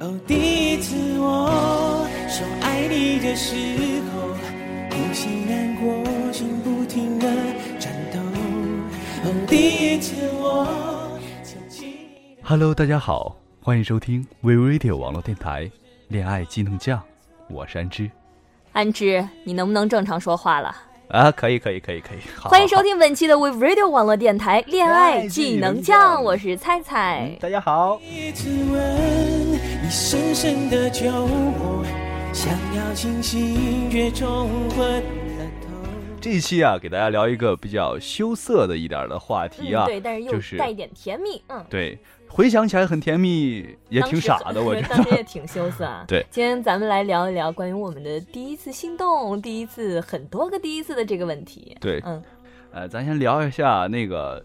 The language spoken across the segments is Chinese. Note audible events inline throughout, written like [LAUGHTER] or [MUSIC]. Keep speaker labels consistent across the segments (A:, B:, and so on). A: 哦，第一次我说哦爱你的时候，呼吸难过，心不停的颤抖。哦，第一次我牵起你的
B: Hello，大家好，欢迎收听 We Radio 网络电台《恋爱技能酱》，我是安之
C: 安之，你能不能正常说话了？
B: 啊，可以可以可以可以，好
C: 欢迎收
B: 好
C: 听本期的 We Radio 网络电台《恋爱技
B: 恋
C: 能
B: 爱技能
C: 酱》，
B: 酱
C: 我是菜菜。
B: 嗯
C: 嗯
B: 大家好，
A: 第一次吻，你深深的揪我，想要清醒，却冲昏了头。
B: 这一期啊，给大家聊一个比较羞涩的一点儿的话题啊，
C: 嗯，对，但是
B: 就
C: 又
B: 是
C: 带一点甜蜜，嗯，
B: 对，回想起来很甜蜜，也挺傻
C: [LAUGHS]
B: 的，我觉
C: 当时
B: 得。
C: 也挺羞涩啊。
B: [LAUGHS] 对
C: 今天咱们来聊一聊关于我们的第一次心动、第一次很多个第一次的这个问题。
B: [LAUGHS] 对，
C: 嗯，
B: 呃，咱先聊一下那个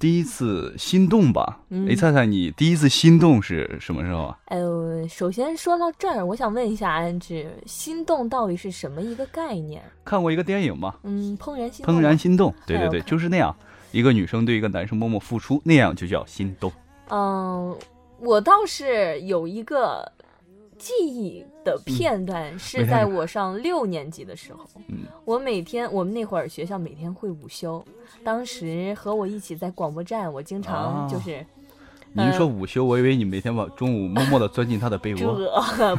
B: 第一次心动吧。
C: 嗯
B: 哎，菜菜，你第一次心动是什么时候啊？
C: 哎呦，首先说到这儿，我想问一下安之，心动到底是什么一个概念？
B: 看过一个电影吗？
C: 嗯，怦然心动吗。
B: 怦然心动，对对
C: 哎
B: 对，
C: 我看
B: 就是那样，一个女生对一个男生默默付出，那样就叫心动。
C: 嗯，我倒是有一个记忆的片段，是在我上六年级的时候。
B: 嗯
C: 我每天，我们那会儿学校每天会午休，当时和我一起在广播站，我经常就
B: 哦
C: 是
B: 你
C: 嗯
B: 一说午休，我以为你每天把中午默默的钻进他的被
C: 这
B: 窝。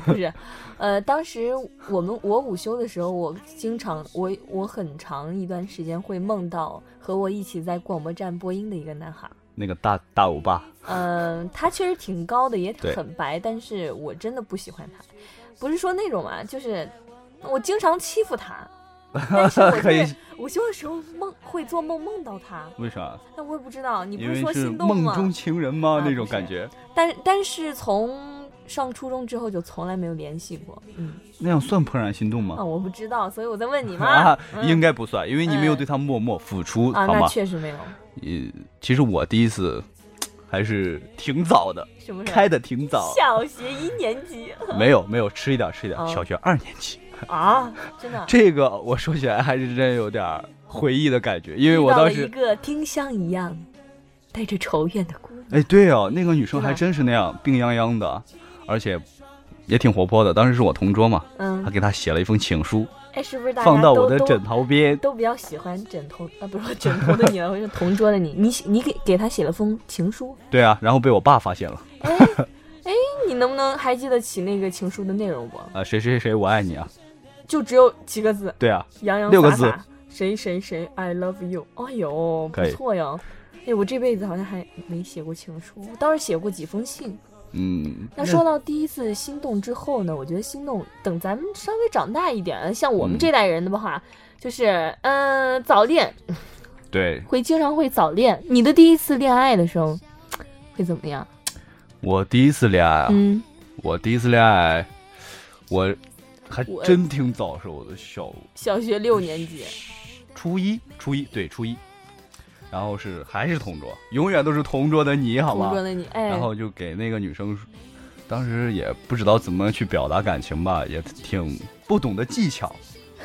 C: 不是，呃，当时我们我午休的时候，我经常我我很长一段时间会梦到和我一起在广播站播音的一个男孩儿。
B: 那个大大欧巴，
C: 嗯，他确实挺高的，也
B: 对
C: 很白，但是我真的不喜欢他，不是说那种啊，就是我经常欺负
B: [LAUGHS]
C: 他，但是我
B: 可以
C: 是午休的时候梦会做梦梦到他，
B: 为啥？
C: 哎，我也不知道，你不
B: 因
C: 是
B: 为
C: 说
B: 是
C: 心动
B: 梦
C: 吗？
B: 中情人吗？
C: 啊
B: 那种
C: 不是
B: 感觉，
C: 但但是从上初中之后就从来没有联系过，嗯，
B: 那样算怦然心动 [LAUGHS]
C: 啊，
B: 吗？
C: 我不知道，所以我在问你嘛，
B: 啊，
C: 嗯
B: 应该不算，因为你没有
C: 嗯
B: 对他默默付出，
C: 啊，
B: 好
C: 那
B: 吗？
C: 确实没有，
B: 呃，其实我第一次还是挺早的，
C: 是不是？
B: 开的挺早，
C: 小学一年级 [LAUGHS]
B: 没有没有，吃一点吃一点，
C: 哦
B: 小学二年级。
C: 啊，真
B: [LAUGHS]
C: 的。
B: 这个我说起来还是真有点儿回忆的感觉，因为
C: 遇
B: 我
C: 到
B: 当
C: 了一
B: 时，
C: 个丁香一样带着仇怨的姑娘。
B: 哎，对哦，那个女生
C: 是吧
B: 还真是那样病殃殃的，而且也挺活泼的。当时是我同桌嘛，还
C: 嗯，
B: 给她写了一封情书，
C: 哎，是不是大家
B: 放到
C: 都
B: 我的枕
C: 都
B: 头边。
C: 都比较喜欢枕头啊？不是枕头的你了，我是同桌的你。你写你给给他写了封情书，
B: 对啊，然后被我爸发现了
C: 你能不能还记得起那个情书的内容不？
B: 啊，谁谁谁我爱你啊，
C: 就只有几个字，
B: 对啊，
C: 洋洋
B: 六个
C: 洒洒。谁谁谁，I love you。哎呦，不
B: 可以
C: 错呀。哎，我这辈子好像还没写过情书，我倒是写过几封信。
B: 嗯，
C: 那说到第一次心动之后呢，我觉得心动等咱们稍微长大一点，像我们
B: 嗯
C: 这代人的话，就是嗯、呃早恋
B: 对
C: 会经常会早恋。你的第一次恋爱的时候会怎么样？
B: 我第一次恋爱啊，
C: 嗯，
B: 我第一次恋爱，我还
C: 我
B: 真挺早熟的，小
C: 小学六年级，
B: 初一，初一对初一，然后是还是同桌，永远都是同桌的你，好
C: 同
B: 吗
C: 桌？的你，哎
B: 然，后就给那个女生，当时也不知道怎么去表达感情吧，也挺不懂得技巧，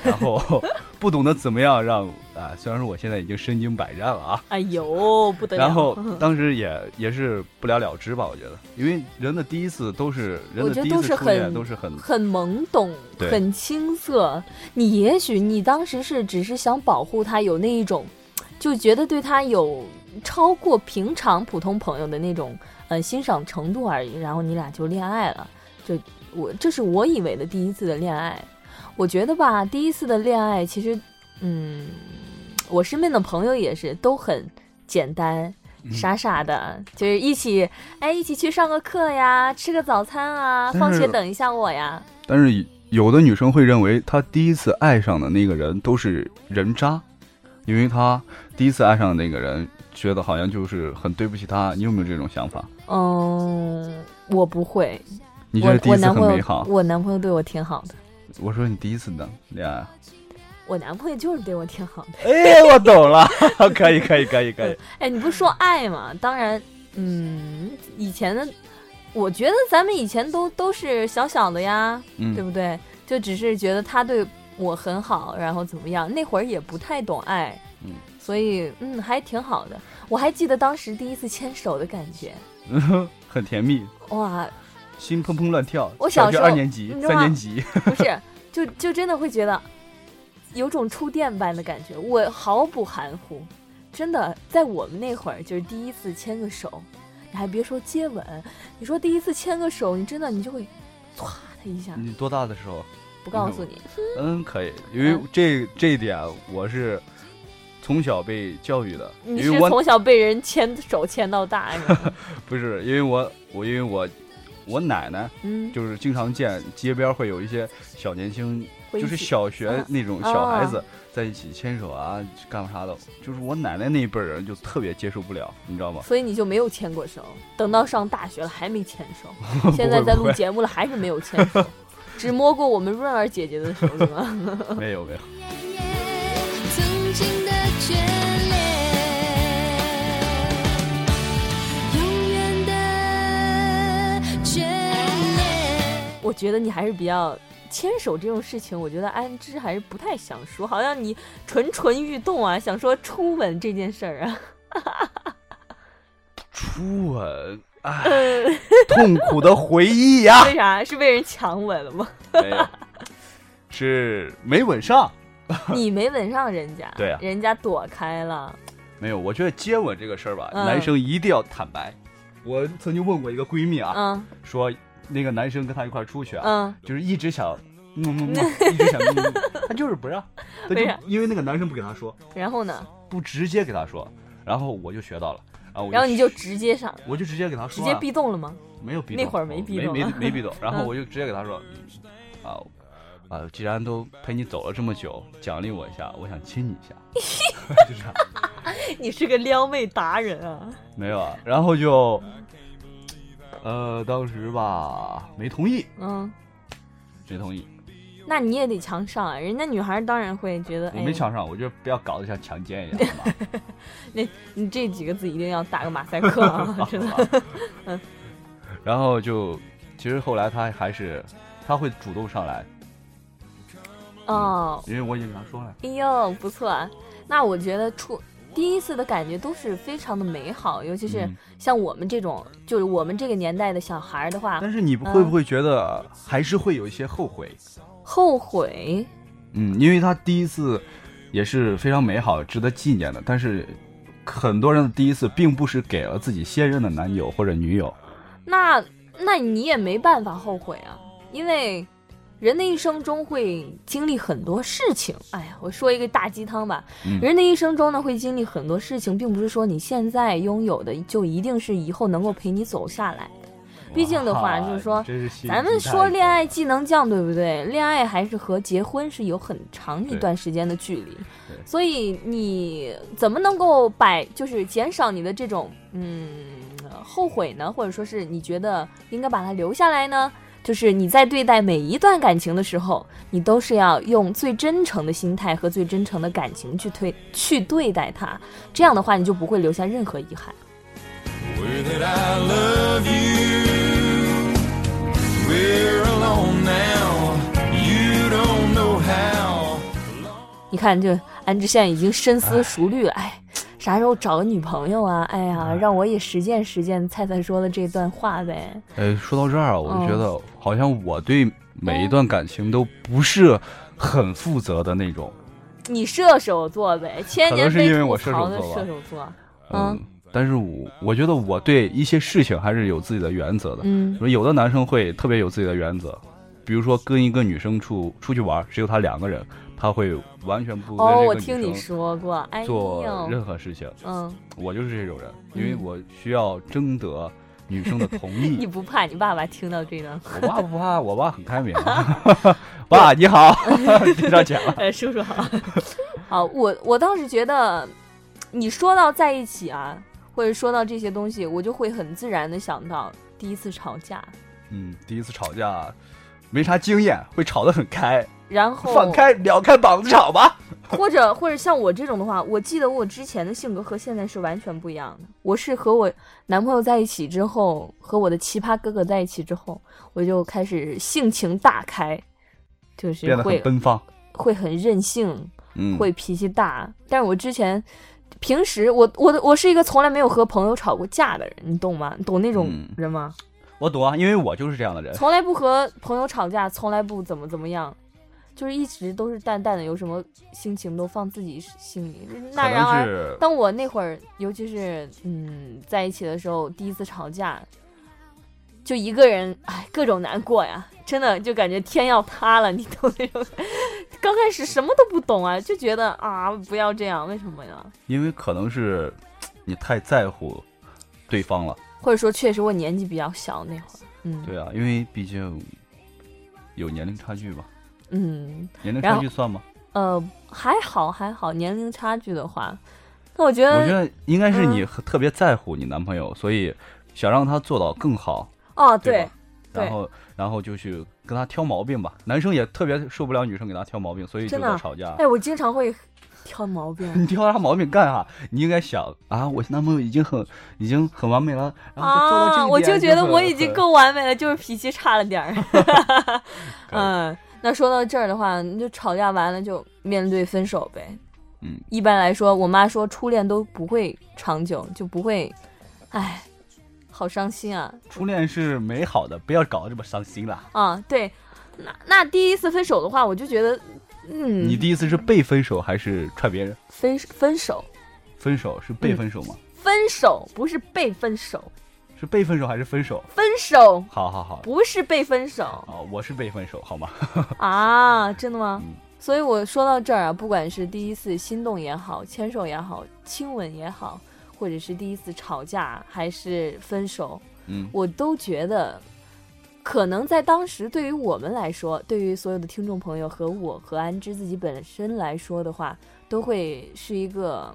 B: 然
C: [LAUGHS]
B: 后不懂得怎么样让啊，虽然说我现在已经身经百战了啊，
C: 哎呦，不得了。
B: 然后当时也也是不了了之吧，我觉得，因为人的第一次都是人
C: 我
B: 的
C: 觉得
B: 第一
C: 都
B: 次
C: 是
B: 初恋
C: 很
B: 都是很
C: 很懵懂，
B: 对
C: 很青涩。你也许你当时是只是想保护他，有那一种，就觉得对他有超过平常普通朋友的那种呃欣赏程度而已。然后你俩就恋爱了，就我这是我以为的第一次的恋爱。我觉得吧，第一次的恋爱其实，嗯，我身边的朋友也是都很简单，
B: 嗯
C: 傻傻的，就是一起，哎，一起去上个课呀，吃个早餐啊，
B: 但
C: 放
B: 是
C: 学等一下我呀。
B: 但是有的女生会认为，她第一次爱上的那个人都是人渣，因为她第一次爱上的那个人，觉得好像就是很对不起她。你有没有这种想法？
C: 嗯，我不会，
B: 你觉
C: 我
B: 得第一
C: 我
B: 次
C: 男
B: 很
C: 朋
B: 美
C: 友
B: 好，？
C: 我男朋友对我挺好的，
B: 我说你第一次的恋爱，
C: 我男朋友就是对我挺好的。
B: [LAUGHS] 哎，我懂了，可以，可以，可以，可以。
C: 哎，你不是说爱吗？当然，嗯，以前的，我觉得咱们以前都都是小小的呀，对
B: 嗯，
C: 不对？就只是觉得他对我很好，然后怎么样？那会儿也不太懂爱，
B: 嗯
C: 所以嗯，还挺好的。我还记得当时第一次牵手的感觉，
B: 很甜蜜。
C: 哇，
B: 心砰砰乱跳。
C: 我
B: 小
C: 小
B: 学
C: 时候
B: 二年级
C: 你、知道
B: 三
C: 吗
B: 年级， [LAUGHS]
C: [LAUGHS] 不是，就就真的会觉得有种触电般的感觉，我毫不含糊，真的，在我们那会儿就是第一次牵个手，你还别说接吻，你说第一次牵个手，你真的你就会唰的一下，
B: 你多大的时候？
C: 不告诉你，
B: 嗯，可以，因为
C: 嗯
B: 这这一点我是从小被教育的，
C: 你
B: 因
C: 是
B: 为我
C: 从小被人牵手牵到大是吗？
B: 不是因为我我因为我我奶奶
C: [LAUGHS] 嗯，
B: 就是经常见街边会有一些小年轻，
C: 会一
B: 就是
C: 起
B: 小学
C: 啊
B: 那种小孩子在一起牵手啊，干啥的，就是我奶奶那一辈儿人就特别接受不了，你知道吗？
C: 所以你就没有牵过手，等到上大学了还没牵手，
B: [LAUGHS]
C: 现
B: 不
C: 在
B: 会
C: 在
B: 不
C: 录
B: 会
C: 节目了还是没有牵
B: [LAUGHS]
C: 手，只摸过我们润儿姐姐的手是吗？
B: 没有没
C: [LAUGHS]
B: 有，
D: 曾经的眷恋，永远的眷恋。
C: 我觉得你还是比较牵手这种事情，我觉得安之还是不太想说，好像你蠢蠢欲动啊，想说初吻这件事儿 [LAUGHS] 啊，
B: 初吻，哎，痛苦的回忆呀、
C: [LAUGHS] 为啥是被人强吻了 [LAUGHS] 吗？
B: 没有，是没吻上。
C: 你没吻上人家，
B: 对啊
C: 人家躲开了，
B: 没有，我觉得接吻这个事儿吧，
C: 嗯
B: 男生一定要坦白。我曾经问过一个闺蜜啊，
C: 嗯
B: 说那个男生跟她一块儿出去啊，
C: 嗯，
B: 就是一直想，嗯嗯
C: [LAUGHS]
B: 嗯，一直想，嗯嗯嗯她就是不让，她就
C: 为啥
B: 因为那个男生不给她说，
C: 然后呢，
B: 不直接给她说，然后我就学到了，然后我
C: 然后你就
B: 去
C: 直接上，
B: 我就直接给她
C: 直
B: 说、啊，
C: 接壁咚了吗？
B: 没有逼
C: 那
B: 懂，
C: 会儿没
B: 我
C: 逼
B: 没
C: 懂
B: 没
C: 啊
B: 没逼
C: [LAUGHS]
B: 懂，然后
C: 嗯
B: 我就直接给她说，啊啊，既然都陪你走了这么久，奖励我一下，我想亲你一下， [LAUGHS] 就这样。
C: [LAUGHS] 你是个撩妹达人啊，
B: 没有啊，然后就，呃，当时吧没同意，
C: 嗯。
B: 没同意，
C: 那你也得强上啊，人家女孩当然会觉得，
B: 我没
C: 哎，
B: 抢上，我觉得不要搞得像强奸一样 [LAUGHS] 嘛，
C: 你这几个字一定要打个马赛克 [LAUGHS] 啊，真的。
B: 然后就，其实后来他还是，他会主动上来，
C: 哦，
B: 因为我已经跟他说了，
C: 哎呦，不错啊！那我觉得初第一次的感觉都是非常的美好，尤其是
B: 嗯
C: 像我们这种，就是我们这个年代的小孩儿的话，
B: 但是你不
C: 嗯
B: 会不会觉得还是会有一些后悔？
C: 后悔
B: 嗯，因为他第一次也是非常美好、值得纪念的，但是很多人的第一次并不是给了自己现任的男友或者女友，
C: 那那你也没办法后悔啊，因为人的一生中会经历很多事情。哎呀，我说一个大鸡汤吧，
B: 嗯
C: 人的一生中呢会经历很多事情，并不是说你现在拥有的就一定是以后能够陪你走下来的。毕竟的
B: 哇
C: 话，就是说
B: 你真是心
C: 咱
B: 机太
C: 们说
B: 重
C: 恋爱技能降，对不对？恋爱还是和结婚是有很长一
B: 对
C: 段时间的距离
B: 对，
C: 所以你怎么能够摆就是减少你的这种嗯后悔呢？或者说是你觉得应该把它留下来呢？就是你在对待每一段感情的时候，你都是要用最真诚的心态和最真诚的感情去推去对待它，这样的话你就不会留下任何遗憾。
E: Way that I love you. We're alone now. You don't know how.
C: 你看这安之现在已经深思熟虑了，哎，啥时候找个女朋友啊？哎呀，让我也实践实践菜菜说的这段话呗。
B: 哎，说到这儿啊，我
C: 嗯
B: 就觉得好像我对每一段感情都不是很负责的那种。
C: 你射手座呗，千年
B: 可能是
C: 被
B: 因为我
C: 吐
B: 射
C: 槽
B: 手
C: 的
B: 座吧
C: 射手座。
B: 嗯
C: 嗯，
B: 但是我我觉得我对一些事情还是有自己的原则的。
C: 嗯
B: 说有的男生会特别有自己的原则，比如说跟一个女生出出去玩，只有他两个人，他会完全不跟
C: 哦，我
B: 这
C: 听
B: 个
C: 你
B: 女生
C: 说过，哎
B: 做
C: 呦，
B: 任何事情。
C: 嗯，
B: 我就是这种人，因为
C: 嗯
B: 我需要征得女生的同
C: [LAUGHS] 你
B: 意。
C: 不怕你爸爸听到这 [LAUGHS] 段？
B: 我爸不怕，我爸很开
C: [LAUGHS]
B: 明。爸，你好， [LAUGHS] 接着讲。
C: 呃，叔叔好。 [LAUGHS] 好，我我倒是觉得，你说到在一起啊，或者说到这些东西，我就会很自然的想到第一次吵架，
B: 嗯，第一次吵架没啥经验，会吵得很开，
C: 然后
B: 放开撩开膀子吵吧。
C: [LAUGHS] 或者或者像我这种的话，我记得我之前的性格和现在是完全不一样的。我是和我男朋友在一起之后，和我的奇葩哥哥在一起之后，我就开始性情大开，就是
B: 变得很
C: 会
B: 奔放，
C: 会很任性，
B: 嗯，
C: 会脾气大。但是我之前平时我我的我是一个从来没有和朋友吵过架的人，你懂吗？你懂那种
B: 嗯
C: 人吗？
B: 我懂啊，因为我就是这样的人。
C: 从来不和朋友吵架，从来不怎么怎么样，就是一直都是淡淡的，有什么心情都放自己心里。那
B: 可
C: 然
B: 能
C: 而，
B: 是
C: 当我那会儿，尤其是嗯在一起的时候，第一次吵架，就一个人，哎，各种难过呀，真的就感觉天要塌了，你懂那种。刚开始什么都不懂啊，就觉得啊不要这样，为什么呀？
B: 因为可能是你太在乎对方了。
C: 或者说，确实我年纪比较小那会儿，嗯，
B: 对啊，因为毕竟有年龄差距嘛，
C: 嗯，
B: 年龄
C: 然
B: 差
C: 后
B: 距算吗？
C: 呃，还好还好，年龄差距的话，那我觉
B: 我
C: 得
B: 觉得应该
C: 嗯
B: 是你很特别在乎你男朋友，所以想让他做到更好，
C: 哦，
B: 对
C: 对
B: 吧，？
C: 对
B: 然后，然后就去跟他挑毛病吧。男生也特别受不了女生给他挑毛病，所以就
C: 真的
B: 在
C: 啊
B: 吵架。 [LAUGHS]
C: 哎，我经常会挑毛病
B: 你挑他毛病干啥？你应该想啊，我男朋友已经很已经很完美了，然后再做到这一
C: 啊，
B: 点
C: 我就觉得
B: 很
C: 我已经
B: 很
C: 够完美了，就是脾气差了
B: [LAUGHS]
C: 点儿。嗯，那说到这儿的话，你就吵架完了就面对分手呗。
B: 嗯，
C: 一般来说，我妈说初恋都不会长久，就不会，哎，好伤心啊。
B: 初恋是美好的，不要搞得这么伤心了。
C: 啊，对，那那第一次分手的话，我就觉得，嗯，
B: 你第一次是被分手还是踹别人？
C: 分分手，
B: 分手是被分手吗？
C: 分手不是被分手，
B: 是被分手还是分手？
C: 分手
B: 好好好，
C: 不是被分手
B: 哦，我是被分手，好吗？
C: 啊，真的吗
B: 嗯？
C: 所以我说到这儿啊，不管是第一次心动也好，牵手也好，亲吻也好，或者是第一次吵架，还是分手，
B: 嗯，
C: 我都觉得，可能在当时对于我们来说，对于所有的听众朋友和我和安之自己本身来说的话，都会是一个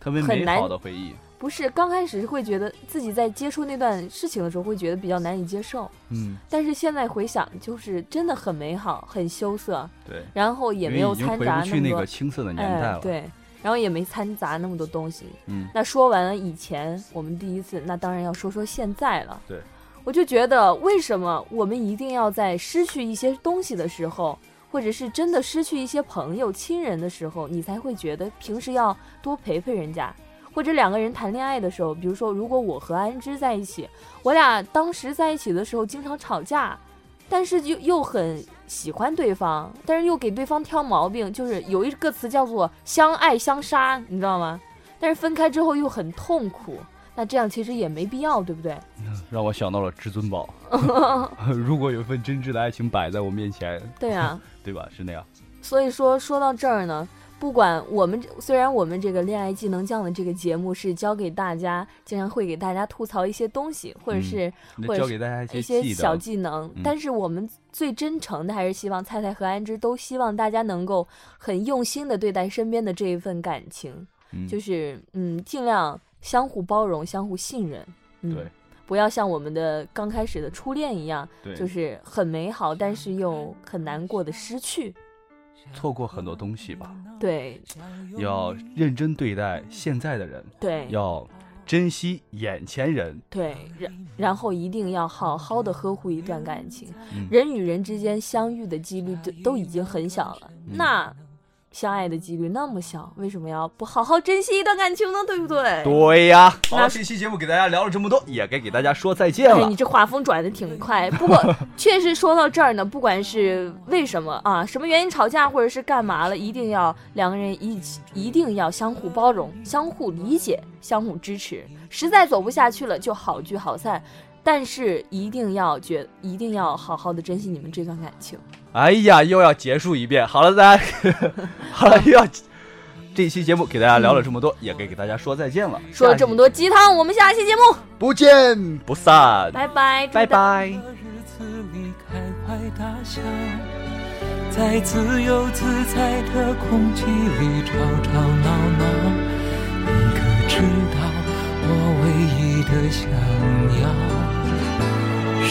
B: 特别美好的回忆。
C: 不是刚开始会觉得自己在接触那段事情的时候会觉得比较难以接受，
B: 嗯，
C: 但是现在回想，就是真的很美好，很羞涩，
B: 对，
C: 然后也
B: 因
C: 没
B: 为
C: 有
B: 已经
C: 掺
B: 回
C: 杂
B: 不去
C: 那么
B: 那
C: 多
B: 个青涩的年代
C: 哎
B: 了。，
C: 对，然后也没掺杂那么多东西。
B: 嗯，
C: 那说完了以前我们第一次，那当然要说说现在了。
B: 对，
C: 我就觉得为什么我们一定要在失去一些东西的时候，或者是真的失去一些朋友、亲人的时候，你才会觉得平时要多陪陪人家。或者两个人谈恋爱的时候，比如说，如果我和安之在一起，我俩当时在一起的时候经常吵架，但是又又很喜欢对方，但是又给对方挑毛病，就是有一个词叫做相爱相杀，你知道吗？但是分开之后又很痛苦，那这样其实也没必要，对
B: [LAUGHS]
C: 不对？
B: 让我想到了至尊
C: [LAUGHS]
B: 宝。如果有一份真挚的爱情摆在我面前，
C: 对啊，
B: 对吧？是那样。
C: 所以说说到这儿呢，不管我们虽然我们这个恋爱技能酱的这个节目是教给大家，经常会给大家吐槽一些东西，或者是
B: 那
C: 或者
B: 教
C: 是
B: 给大家嗯一
C: 一
B: 些
C: 些
B: 技
C: 小
B: 能。
C: 技能，
B: 嗯
C: 但是我们最真诚的还是希望菜菜和安之都希望大家能够很用心的对待身边的这一份感情，
B: 嗯，
C: 就是嗯，尽量相互包容、相互信任。嗯、
B: 对，
C: 不要像我们的刚开始的初恋一样，
B: 对，
C: 就是很美好，但是又很难过的失去。
B: 错过很多东西吧。
C: 对
B: 要认真对待现在的人，
C: 对
B: 要珍惜眼前人。
C: 对，然然后一定要好好的呵护一段感情。
B: 嗯
C: 人与人之间相遇的几率都都已经很小了，
B: 嗯
C: 那相爱的几率那么小，为什么要不好好珍惜一段感情呢？对不对？
B: 对呀，好了，
C: 那
B: 这期节目给大家聊了这么多，也该给大家说再见
C: 哎，
B: 了
C: 你。这画风转的挺快。不过确实说到这儿呢，不管是为什么啊，什么原因吵架或者是干嘛了，一定要两个人一起，一定要相互包容、相互理解、相互支持。实在走不下去了，就好聚好散。但是一定要觉，一定要好好的珍惜你们这段感情。
B: 哎呀，又要结束一遍。好了，大家， [LAUGHS] 好了，又要这期节目给大家聊了这么多，也该给大家说再见了。
C: 说了
B: 下期
C: 这么多鸡汤，我们下期节目
B: 不见不散，
C: 拜拜，
B: 拜
C: 祝大
B: 拜。
A: 的日子里开怀大笑，在自由自在的空气里吵吵闹闹。你可知道我唯一的想要？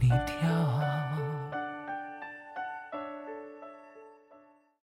A: 你跳？